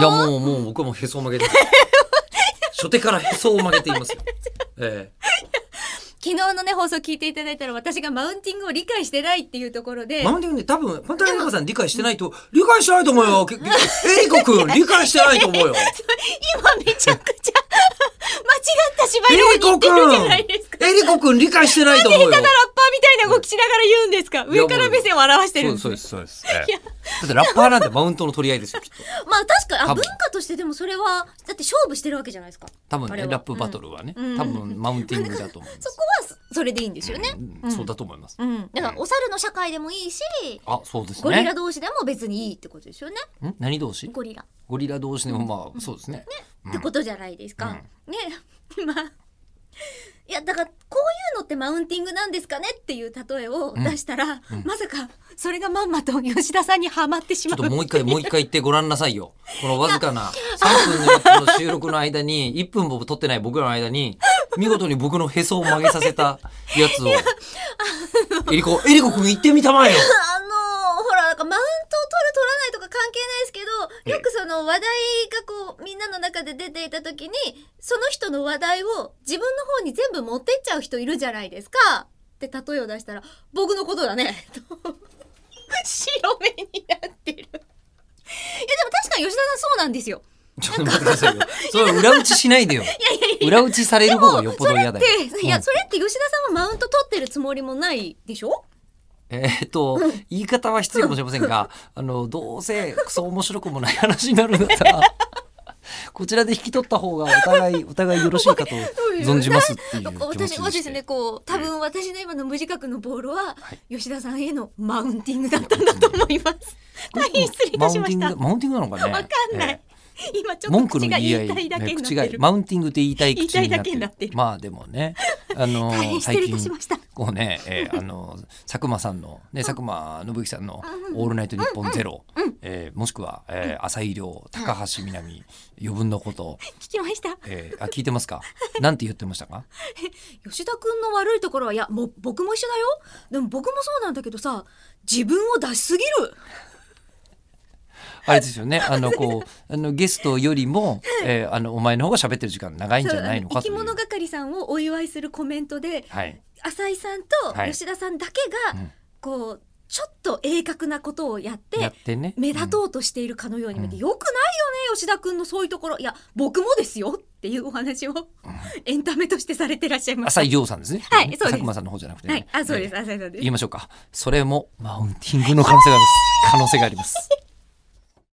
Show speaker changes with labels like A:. A: ょ
B: いやもうもう僕はもうへそを曲げ て初手からへそを曲げていますよ。え
A: 昨日のね放送聞いていただいたら私がマウンティングを理解してないっていうところ
B: え
A: で
B: マウンティングで多分本当にエリコさん理解してないと理解してないと思う よ。けけエリコ君理解してないと思うよ。
A: 今めちゃくちゃ間違った芝居の
B: エリ
A: 方に行
B: コ
A: ってるじゃ
B: 君
A: ないですか
B: エリコ君理解してないと思うよ。
A: ただラッパーみたいな動きしながら言うんですか上から目線を表してるんです
B: そう
A: ね
B: ですそうです。そうですええだってラッパーなんてマウントの取り合いですよきっと。
A: まあ確かにあ
B: 多
A: 文
B: 分
A: 化としてでもそれはだって勝負してるわけじゃないですか
B: 多分
A: あれ
B: ね
A: は
B: ラップバトルはね、
A: うん
B: 多分マウンティングだと思いま
A: そ
B: す
A: こ。はそそれでいいんですよね
B: うんそうだと思います。
A: うんだからお猿の社会でもいいし
B: あそうです
A: ゴリラ
B: ね。
A: 同士でも別にいいってことですよね
B: ん何同士？
A: ゴリラ
B: ゴリラ同士でもまあそうですね。うん
A: ってことじゃないですか、ね まあいやだからこういうのってマウンティングなんですかねっていう例えを出したら、まさかそれがまんまと吉田さんにはまってし
B: ちょ
A: ま
B: っ
A: う
B: ともう一回、もう一回言ってごらんなさいよ。このわずかな3分のやつの収録の間に、1分も撮ってない僕らの間に、見事に僕のへそを曲げさせたやつを。えりこ、えりこ君行ってみたまえよ。
A: あのーほらなんかマウントを取る取らないとか関係ないですけどよくその話題がこうみんなの中で出ていた時にその人の話題を自分の方に全部持ってっちゃう人いるじゃないですかって例えを出したら僕のことだねと白目になってるいやでも確かに吉田さんそうなんですよ
B: ちょっと待ってくださいよ。それは裏打ちしないでよ。
A: いやいやいや
B: 裏打ちされる方がよっぽど嫌だよ。
A: でいや
B: うん
A: それって吉田さんはマウント取ってるつもりもないでしょ
B: えーっと、言い方は失礼かもしれませんが、あの、どうせ、クソ面白くもない話になるんだったら、こちらで引き取った方がお互い、お互いよろしいかと存じますっていう気持ちで
A: 私
B: して。
A: はですねこう多分私の今の無自覚のボールは、吉田さんへのマウンティングだったんだと思い ます。大変失礼いたしました。わ
B: マウンティングマウンティングなのかね。
A: かんない。今ち
B: ええ
A: ょ
B: 文
A: っと
B: 句
A: 口
B: の
A: が
B: 言い合
A: 言いたい
B: い、
A: だけ
B: ね
A: になっ
B: 口
A: て
B: が
A: る。
B: マウンティングって言いたい口にな
A: 言いたいだけ
B: って
A: に
B: る。
A: なってる
B: まあでもね、あの
A: 大変失
B: 最
A: 礼いたし
B: 近
A: ました。
B: こうね、えーあの佐久間さんのね佐久間信之さんのオールナイトニッポンゼロ、えーもしくは、えー、浅井亮、高橋みなみ、余分なこと、
A: 聞きました。
B: えーあ聞いてますか？なんて言ってましたか？
A: 吉田君の悪いところはいやもう僕も一緒だよ。でも僕もそうなんだけどさ自分を出しすぎる。
B: あれで すよね。あのこうあのゲストよりも、えーあのお前の方が喋ってる時間長いんじゃないの
A: そうあの生
B: かと
A: き
B: いう。
A: 物係さんをお祝いするコメントで
B: はい。
A: 浅井さんと
B: はい
A: 吉田さんだけが、
B: うん
A: こうちょっと鋭角なことをやって
B: やってね。
A: 目立とうとしているかのように見えて、
B: う
A: よくないよね吉田君のそういうところいや僕もですよっていうお話を、 エンタメとしてされてらっしゃいます
B: 浅井亮さんですね。
A: はいそうです
B: 佐久間さんの方じゃなくて、ね。
A: はいあそうです
B: えー
A: 浅井さんです
B: 言いましょうか。それもマウンティングの可能性があります。可能性があります。